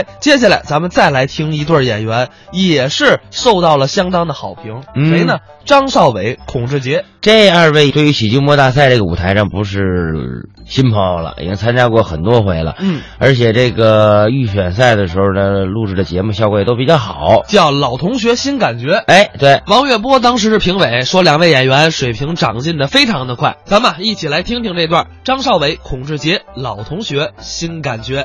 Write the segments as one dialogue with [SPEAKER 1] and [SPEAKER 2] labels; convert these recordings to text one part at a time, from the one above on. [SPEAKER 1] 哎接下来咱们再来听一对演员，也是受到了相当的好评。
[SPEAKER 2] 嗯
[SPEAKER 1] 谁呢？张少伟、孔志杰。
[SPEAKER 2] 这二位对于喜剧莫大赛这个舞台上不是新朋友了，已经参加过很多回了。
[SPEAKER 1] 嗯，
[SPEAKER 2] 而且这个预选赛的时候呢，录制的节目效果也都比较好。
[SPEAKER 1] 叫老同学新感觉。
[SPEAKER 2] 哎，对，
[SPEAKER 1] 王月波当时是评委，说两位演员水平长进的非常的快。咱们一起来听听这段张少伟、孔志杰老同学新感觉。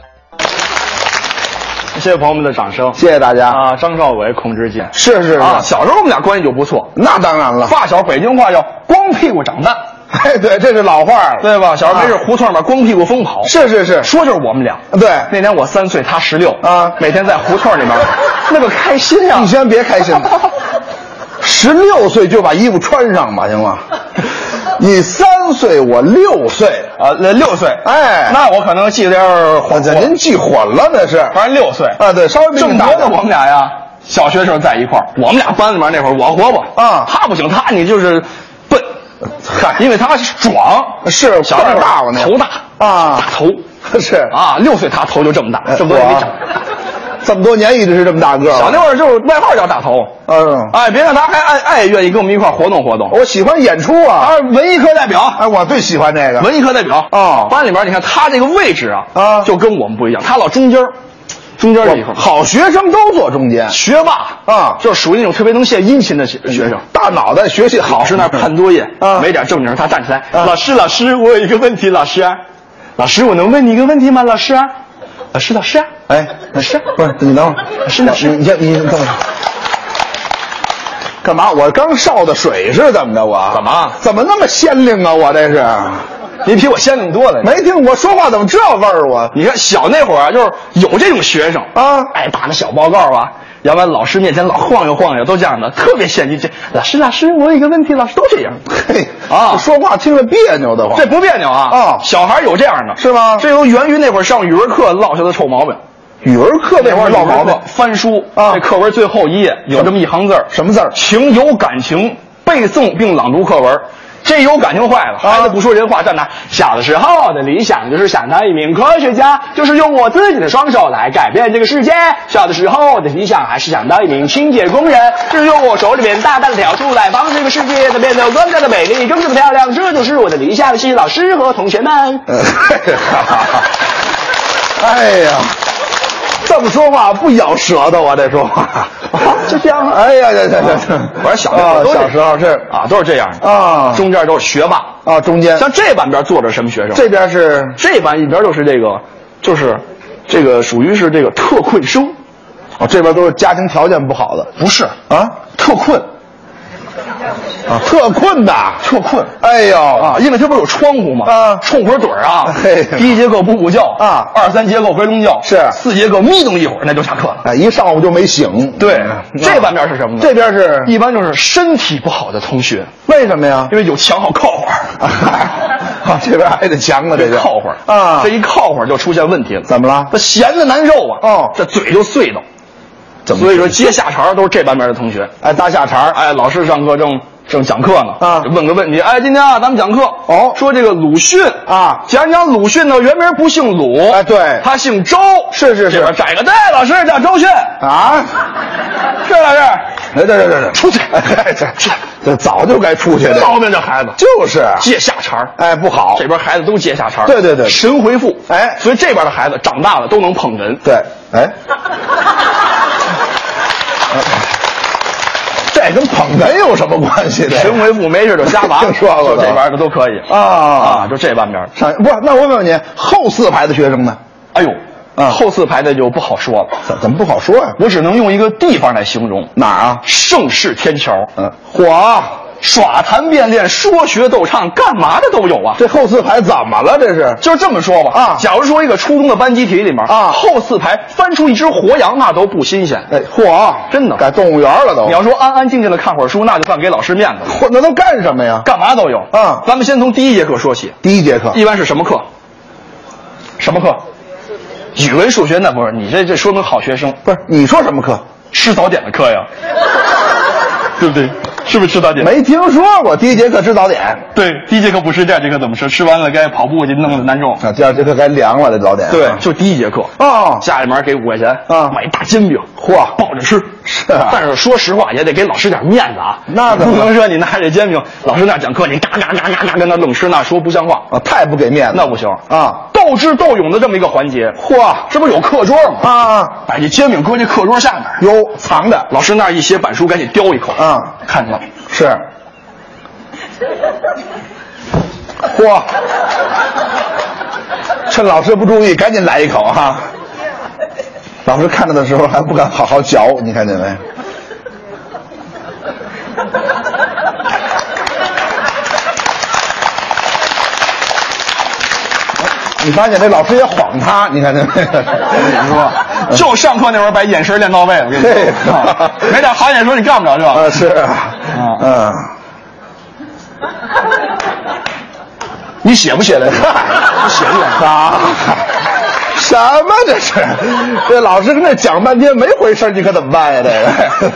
[SPEAKER 3] 谢谢朋友们的掌声。
[SPEAKER 4] 谢谢大家。
[SPEAKER 3] 啊，张少伟、孔志杰，
[SPEAKER 4] 是是是、
[SPEAKER 3] 啊
[SPEAKER 4] 小时候我们俩关系就不错。
[SPEAKER 5] 那当然了，
[SPEAKER 4] 发小北京话叫光屁股长大，
[SPEAKER 5] 哎，对，这是老话儿，
[SPEAKER 4] 对吧？小时候没事
[SPEAKER 5] 啊
[SPEAKER 4] 胡同里面光屁股疯跑，
[SPEAKER 5] 是是是，
[SPEAKER 4] 说就是我们俩。
[SPEAKER 5] 对
[SPEAKER 4] 那年我三岁，他十六
[SPEAKER 5] 啊
[SPEAKER 4] 每天在 胡同里面，那个开心呀、
[SPEAKER 5] 你先别开心了，十六岁就把衣服穿上吧，行 吗？你三岁，我六岁，
[SPEAKER 4] 啊，那六岁，
[SPEAKER 5] 哎
[SPEAKER 4] 那我可能记得有点
[SPEAKER 5] 我
[SPEAKER 4] 混
[SPEAKER 5] 这
[SPEAKER 4] 混，
[SPEAKER 5] 您记混了，那是
[SPEAKER 4] 反正六岁
[SPEAKER 5] 啊，对，稍微比
[SPEAKER 4] 正
[SPEAKER 5] 你
[SPEAKER 4] 觉
[SPEAKER 5] 大
[SPEAKER 4] 得
[SPEAKER 5] 点
[SPEAKER 4] 我们俩呀，小学时候在一块儿，我们俩班里面那会儿我活泼
[SPEAKER 5] 啊
[SPEAKER 4] 他不行，他你就是笨，嗨， 因为他壮，
[SPEAKER 5] 是
[SPEAKER 4] 小时候
[SPEAKER 5] 倍儿大我那会儿
[SPEAKER 4] 头大
[SPEAKER 5] 啊
[SPEAKER 4] 大头
[SPEAKER 5] 是
[SPEAKER 4] 啊，六岁他头就这么大，
[SPEAKER 5] 哎
[SPEAKER 4] 这么多年没长。
[SPEAKER 5] 我这么多年一直是这么大个儿，
[SPEAKER 4] 小那会儿就是外号叫大头，
[SPEAKER 5] 嗯，
[SPEAKER 4] 哎，别看他还爱爱愿意跟我们一块儿活动活动，
[SPEAKER 5] 我喜欢演出啊，
[SPEAKER 4] 他是文艺课代
[SPEAKER 5] 哎，
[SPEAKER 4] 表，
[SPEAKER 5] 我最喜欢这个，
[SPEAKER 4] 文艺课代表
[SPEAKER 5] 哦
[SPEAKER 4] 班里面你看他这个位置啊，
[SPEAKER 5] 啊
[SPEAKER 4] 就跟我们不一样，他老中间儿，中间儿这一块儿，
[SPEAKER 5] 好学生都坐中间，
[SPEAKER 4] 学霸
[SPEAKER 5] 啊
[SPEAKER 4] 就是属于那种特别能献殷勤的学学生。
[SPEAKER 5] 大脑袋学习好，
[SPEAKER 4] 老师那儿判作业，
[SPEAKER 5] 啊
[SPEAKER 4] 没点正经事儿他站起来，
[SPEAKER 5] 啊
[SPEAKER 4] 老师老师，我有一个问题，老师啊，老师我能问你一个问题吗？老师啊，老师老师啊，
[SPEAKER 5] 哎，那是不是？你等会儿，
[SPEAKER 4] 是的是的
[SPEAKER 5] 你你你等会儿，干嘛？我刚烧的水是怎么的？我
[SPEAKER 4] 怎么
[SPEAKER 5] 怎么那么鲜灵啊？我这是
[SPEAKER 4] 哎您比我先灵多了。
[SPEAKER 5] 没听我说话怎么这味儿？我
[SPEAKER 4] 你看小那会儿啊，就是有这种学生
[SPEAKER 5] 啊
[SPEAKER 4] 爱打那小报告啊，要不然老师面前老晃悠晃悠，都这样的，特别献殷勤。老师老师，我有一个问题，老师都这样。
[SPEAKER 5] 嘿
[SPEAKER 4] 啊
[SPEAKER 5] 说话听着别扭的慌。
[SPEAKER 4] 这不别扭啊！
[SPEAKER 5] 啊
[SPEAKER 4] 小孩有这样的，
[SPEAKER 5] 哦是吗啊
[SPEAKER 4] 这由源于那会儿上语文课落下的臭毛病。
[SPEAKER 5] 语文课那会
[SPEAKER 4] 那会
[SPEAKER 5] 儿
[SPEAKER 4] 儿
[SPEAKER 5] 老
[SPEAKER 4] 老
[SPEAKER 5] 毛
[SPEAKER 4] 毛
[SPEAKER 5] 病
[SPEAKER 4] 病，，翻书
[SPEAKER 5] 啊
[SPEAKER 4] 这课文最后一页有这么一行字儿，
[SPEAKER 5] 什么字儿
[SPEAKER 4] 情有感情，背诵并朗读课文。这有感情
[SPEAKER 5] 啊
[SPEAKER 4] 坏了，孩子不说人话，站哪？小的时候的理想就是想当一名科学家，就是用我自己的双手来改变这个世界。小的时候的理想还是想当一名清洁工人，就是用我手里面大大的笤帚来帮这个世界的变得更加的美丽、更加的漂亮。这就是我的理想。谢谢老师和同学们。
[SPEAKER 5] 呃嘿哈哈哈哎呀，这么说话不咬舌头啊？这说 话
[SPEAKER 4] 就这样啊
[SPEAKER 5] 哎呀 呀呀呀！
[SPEAKER 4] 我说小时
[SPEAKER 5] 啊
[SPEAKER 4] 候都这
[SPEAKER 5] 小时候是
[SPEAKER 4] 啊，都是这样的
[SPEAKER 5] 啊
[SPEAKER 4] 中间都是学霸。
[SPEAKER 5] 啊，中间
[SPEAKER 4] 像这半边坐着什么学生？
[SPEAKER 5] 这边是
[SPEAKER 4] 这半一边就是这个，就是这个属于是这个特困生，
[SPEAKER 5] 哦，这边都是家庭条件不好的，
[SPEAKER 4] 不是
[SPEAKER 5] 啊，
[SPEAKER 4] 特困
[SPEAKER 5] 啊，特困的，
[SPEAKER 4] 特困
[SPEAKER 5] 哎呦
[SPEAKER 4] 啊，
[SPEAKER 5] 啊，
[SPEAKER 4] 因为这不是有窗户吗？
[SPEAKER 5] 啊
[SPEAKER 4] 冲会儿盹儿啊，
[SPEAKER 5] 嘿
[SPEAKER 4] 第一节课补补觉
[SPEAKER 5] 啊
[SPEAKER 4] 二三节课回笼觉
[SPEAKER 5] 是
[SPEAKER 4] 四节课眯瞪一会儿，那就下课了。
[SPEAKER 5] 哎，一上午就没醒。
[SPEAKER 4] 对
[SPEAKER 5] 嗯，
[SPEAKER 4] 这半边是什么呢？
[SPEAKER 5] 这边是
[SPEAKER 4] 一般就是身体不好的同学，
[SPEAKER 5] 为什么呀？
[SPEAKER 4] 因为有墙好靠会
[SPEAKER 5] 啊
[SPEAKER 4] 儿，
[SPEAKER 5] 这边挨着墙呢，这就
[SPEAKER 4] 靠会儿
[SPEAKER 5] 啊
[SPEAKER 4] 这，一靠会儿就出现问题了。
[SPEAKER 5] 怎么了
[SPEAKER 4] 这闲的难受啊，
[SPEAKER 5] 哦
[SPEAKER 4] 这嘴就碎了。
[SPEAKER 5] 怎么
[SPEAKER 4] 所以说接下茬儿都是这半边的同学，
[SPEAKER 5] 哎搭下茬儿
[SPEAKER 4] 哎，老师上课正正讲课呢，
[SPEAKER 5] 啊
[SPEAKER 4] 就问个问题，哎，今天啊咱们讲课，
[SPEAKER 5] 哦
[SPEAKER 4] 说这个鲁迅
[SPEAKER 5] 啊
[SPEAKER 4] 讲讲鲁迅呢，原名不姓鲁，
[SPEAKER 5] 哎对
[SPEAKER 4] 他姓周，
[SPEAKER 5] 是是是
[SPEAKER 4] 这边窄个对，老师叫周迅，
[SPEAKER 5] 啊？
[SPEAKER 4] 是老师，
[SPEAKER 5] 哎，这这这这
[SPEAKER 4] 出去
[SPEAKER 5] 哎这这这早就该出去的，
[SPEAKER 4] 毛病这孩子，
[SPEAKER 5] 就是
[SPEAKER 4] 接下茬儿
[SPEAKER 5] 哎不好
[SPEAKER 4] 这边孩子都接下茬儿
[SPEAKER 5] 对对对
[SPEAKER 4] 神回复，
[SPEAKER 5] 哎
[SPEAKER 4] 所以这边的孩子长大了都能捧哏，
[SPEAKER 5] 对， 哎，这跟捧哏有什么关系？这
[SPEAKER 4] 神回复没事就瞎拔，
[SPEAKER 5] 听 说过
[SPEAKER 4] 就
[SPEAKER 5] 的
[SPEAKER 4] 这边的都可以
[SPEAKER 5] 啊
[SPEAKER 4] 啊，就这半边儿，
[SPEAKER 5] 上不是？那我问问你，后四排的学生呢？
[SPEAKER 4] 哎呦，
[SPEAKER 5] 啊
[SPEAKER 4] 后四排的就不好说了，
[SPEAKER 5] 怎怎么不好说呀、
[SPEAKER 4] 我只能用一个地方来形容，
[SPEAKER 5] 哪儿啊？
[SPEAKER 4] 盛世天桥。
[SPEAKER 5] 嗯，
[SPEAKER 4] 火，耍谈变练，说学逗唱，干嘛的都有啊。
[SPEAKER 5] 这后四排怎么了？这是
[SPEAKER 4] 就是这么说吧
[SPEAKER 5] 啊
[SPEAKER 4] 假如说一个初中的班集体里面
[SPEAKER 5] 啊
[SPEAKER 4] 后四排翻出一只活羊，那都不新鲜。
[SPEAKER 5] 哎，嚯，
[SPEAKER 4] 真的
[SPEAKER 5] 改动物园了都。
[SPEAKER 4] 你要说安安静静的看会儿书，那就算给老师面子了。
[SPEAKER 5] 嚯 那都干什么呀？
[SPEAKER 4] 干嘛都有
[SPEAKER 5] 啊
[SPEAKER 4] 咱们先从第一节课说起，
[SPEAKER 5] 第一节课
[SPEAKER 4] 一般是什么课？什么课？语文、数学那不是你这这说明好学生
[SPEAKER 5] 不是你说什么课？
[SPEAKER 4] 吃早点的课呀，对不对？是不是吃早点？
[SPEAKER 5] 没听说过，第一节课吃早点，
[SPEAKER 4] 对，第一节课不吃，第二节课怎么吃？吃完了该跑步去，弄得难受。
[SPEAKER 5] 啊，第二节课该凉了，这早点。啊
[SPEAKER 4] 对，就第一节课。
[SPEAKER 5] 哦，
[SPEAKER 4] 家里面给五块钱
[SPEAKER 5] 啊
[SPEAKER 4] 买一大煎饼，嚯，抱着吃。
[SPEAKER 5] 是啊
[SPEAKER 4] 但是说实话也得给老师点面子啊。
[SPEAKER 5] 那怎么
[SPEAKER 4] 不能说你拿着煎饼，老师那讲课你嘎嘎嘎嘎嘎跟那愣吃，那说不像话，
[SPEAKER 5] 啊，太不给面子，
[SPEAKER 4] 那不行
[SPEAKER 5] 啊。
[SPEAKER 4] 斗智斗勇的这么一个环节，嚯，这不是有课桌吗？
[SPEAKER 5] 啊，啊，
[SPEAKER 4] 把这煎饼搁这课桌下面，
[SPEAKER 5] 有藏的
[SPEAKER 4] 老师那儿一些板书赶紧叼一口，
[SPEAKER 5] 啊
[SPEAKER 4] 看见了，
[SPEAKER 5] 是，嚯，趁老师不注意，赶紧来一口哈、老师看着的时候还不敢好好嚼，你看见没？你发现这老师也晃他，你看见没？
[SPEAKER 4] 你说， 就上课那会儿把眼神练到位，我跟你
[SPEAKER 5] 嘿
[SPEAKER 4] 说，啊没点好眼神你干不了这个。
[SPEAKER 5] 啊，是啊，
[SPEAKER 4] 啊
[SPEAKER 5] 嗯，
[SPEAKER 4] 你写不 写来着？你写不写？
[SPEAKER 5] 啊，什么这是？这老师跟这讲半天没回事儿，你可怎么办呀？这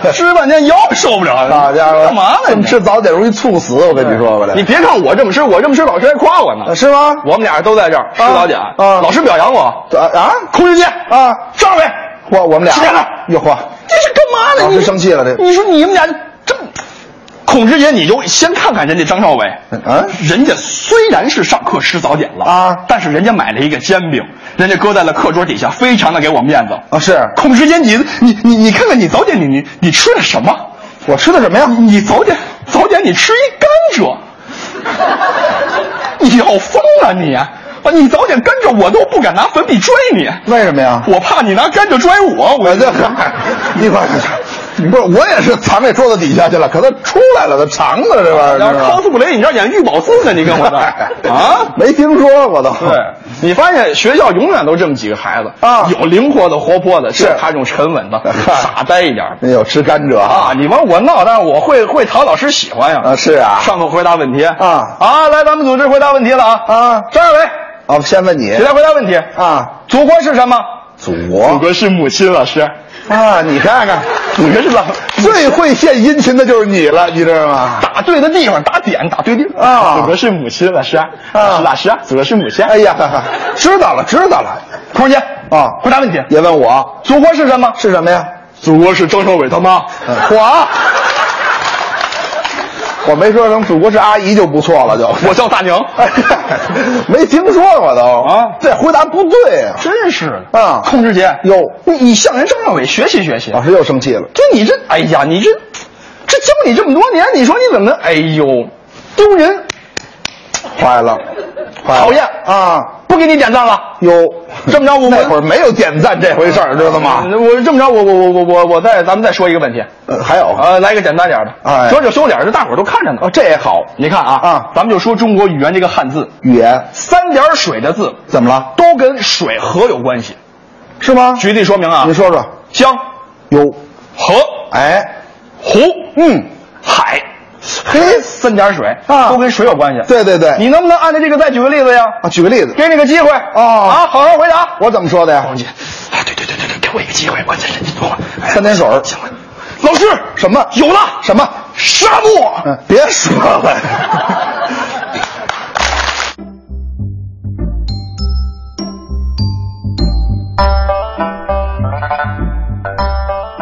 [SPEAKER 5] 个
[SPEAKER 4] 吃半天腰受 不了，
[SPEAKER 5] 好家伙，
[SPEAKER 4] 干嘛呢？
[SPEAKER 5] 这么
[SPEAKER 4] 你哎
[SPEAKER 5] 吃早点容易猝死，我跟你说吧，这
[SPEAKER 4] 你别看我这么吃，我这么吃，老师还夸我
[SPEAKER 5] 啊
[SPEAKER 4] 呢。
[SPEAKER 5] 是吗？
[SPEAKER 4] 我们俩人都在这儿吃早点
[SPEAKER 5] 啊啊
[SPEAKER 4] 老师表扬我。
[SPEAKER 5] 啊啊，
[SPEAKER 4] 空之间，
[SPEAKER 5] 啊
[SPEAKER 4] 上来，
[SPEAKER 5] 我我们俩
[SPEAKER 4] 吃饭了
[SPEAKER 5] 哟嚯，
[SPEAKER 4] 这是干嘛呢？
[SPEAKER 5] 老
[SPEAKER 4] 你
[SPEAKER 5] 师生气了，这
[SPEAKER 4] 你说你们俩这，孔志杰，你就先看看人家张少伟，
[SPEAKER 5] 啊
[SPEAKER 4] 人家虽然是上课吃早点了
[SPEAKER 5] 啊
[SPEAKER 4] 但是人家买了一个煎饼，人家搁在了课桌底下，非常的给我面子。
[SPEAKER 5] 啊是，
[SPEAKER 4] 孔志杰，你你你你看看你早点你你你吃的什么？
[SPEAKER 5] 我吃的什么呀？
[SPEAKER 4] 你早点早点你吃一甘蔗， 你要疯啊你！啊，你早点甘蔗我都不敢拿粉笔拽你，
[SPEAKER 5] 为什么呀？
[SPEAKER 4] 我怕你拿甘蔗拽我。我
[SPEAKER 5] 我这啊哎 你管你不是我也是藏这桌子底下去了，可他出来了，他藏了这玩意
[SPEAKER 4] 然
[SPEAKER 5] 儿是吧
[SPEAKER 4] 后 cosplay 你这演玉宝寺呢？你跟我 这啊？
[SPEAKER 5] 没听说过都。
[SPEAKER 4] 对，你发现学校永远都这么几个孩子
[SPEAKER 5] 啊
[SPEAKER 4] 有灵活的、活泼的，
[SPEAKER 5] 是，
[SPEAKER 4] 就他这种沉稳的傻呆一点儿
[SPEAKER 5] 没有哎吃甘蔗
[SPEAKER 4] 啊！
[SPEAKER 5] 啊
[SPEAKER 4] 你问我闹，但是我会会讨老师喜欢呀。
[SPEAKER 5] 啊是啊
[SPEAKER 4] 上课回答问题
[SPEAKER 5] 啊
[SPEAKER 4] 啊！来，咱们组织回答问题了啊！
[SPEAKER 5] 啊
[SPEAKER 4] 张小伟，
[SPEAKER 5] 啊！先问你
[SPEAKER 4] 谁来回答问题？
[SPEAKER 5] 啊，
[SPEAKER 4] 祖国是什么？
[SPEAKER 5] 祖
[SPEAKER 4] 祖
[SPEAKER 5] 国
[SPEAKER 4] 国是母亲，老师。
[SPEAKER 5] 啊，你看看，
[SPEAKER 4] 祖国是老
[SPEAKER 5] 最会献殷勤的就是你了，你知道吗？
[SPEAKER 4] 打对的地方，打点，打对地方
[SPEAKER 5] 啊
[SPEAKER 4] 祖国是母亲，老师。啊
[SPEAKER 5] 啊
[SPEAKER 4] 老师，祖国是母亲。
[SPEAKER 5] 哎呀，知道了，知道了，
[SPEAKER 4] 空姐
[SPEAKER 5] 啊
[SPEAKER 4] 回答问题。
[SPEAKER 5] 也问我
[SPEAKER 4] 祖国是什么？
[SPEAKER 5] 是什么呀？
[SPEAKER 4] 祖国是张少伟他妈。
[SPEAKER 5] 我，我没说成祖国是阿姨就不错了，就
[SPEAKER 4] 我叫大娘。
[SPEAKER 5] 哎 没听说过都
[SPEAKER 4] 啊
[SPEAKER 5] 这回答不对啊！
[SPEAKER 4] 真是的
[SPEAKER 5] 啊
[SPEAKER 4] 孔志杰，
[SPEAKER 5] 哟
[SPEAKER 4] 你你向人张少伟学习学习。
[SPEAKER 5] 老师啊又生气了，
[SPEAKER 4] 就你这，哎呀，你这这教你这么多年，你说你怎么，哎呦，丢人，
[SPEAKER 5] 坏了，坏了
[SPEAKER 4] 讨厌
[SPEAKER 5] 啊！
[SPEAKER 4] 不给你点赞了。
[SPEAKER 5] 哟，
[SPEAKER 4] 这么着我
[SPEAKER 5] 那会儿没有点赞这回事儿，知道吗？
[SPEAKER 4] 嗯我这么着，我我我我我我再咱们再说一个问题，
[SPEAKER 5] 呃还有
[SPEAKER 4] 呃，来一个简单点儿的，
[SPEAKER 5] 哎
[SPEAKER 4] 说这收敛，这大伙儿都看着呢。哦，这也好，你看啊
[SPEAKER 5] 啊
[SPEAKER 4] 咱们就说中国语言这个汉字，
[SPEAKER 5] 语言
[SPEAKER 4] 三点水的字
[SPEAKER 5] 怎么了？
[SPEAKER 4] 都跟水河有关系。
[SPEAKER 5] 是吗？
[SPEAKER 4] 举例说明啊，
[SPEAKER 5] 你说说，
[SPEAKER 4] 江、
[SPEAKER 5] 哟，
[SPEAKER 4] 河、
[SPEAKER 5] 哎，
[SPEAKER 4] 湖、
[SPEAKER 5] 嗯，
[SPEAKER 4] 海，
[SPEAKER 5] 嘿
[SPEAKER 4] 三点水
[SPEAKER 5] 啊
[SPEAKER 4] 都跟水有关系。
[SPEAKER 5] 对对对
[SPEAKER 4] 你能不能按照这个再举个例子呀？
[SPEAKER 5] 啊，举个例子，
[SPEAKER 4] 给你个机会啊啊，好好回答。
[SPEAKER 5] 我怎么说的呀？
[SPEAKER 4] 哎，对对对对对，给我一个机会，我这这等会儿。哎
[SPEAKER 5] 三点水儿
[SPEAKER 4] 行了，老师
[SPEAKER 5] 什么
[SPEAKER 4] 有了？
[SPEAKER 5] 什么？
[SPEAKER 4] 沙漠。
[SPEAKER 5] 嗯，别说了。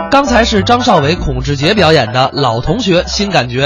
[SPEAKER 1] 刚才是张少伟、孔志杰表演的《老同学新感觉》，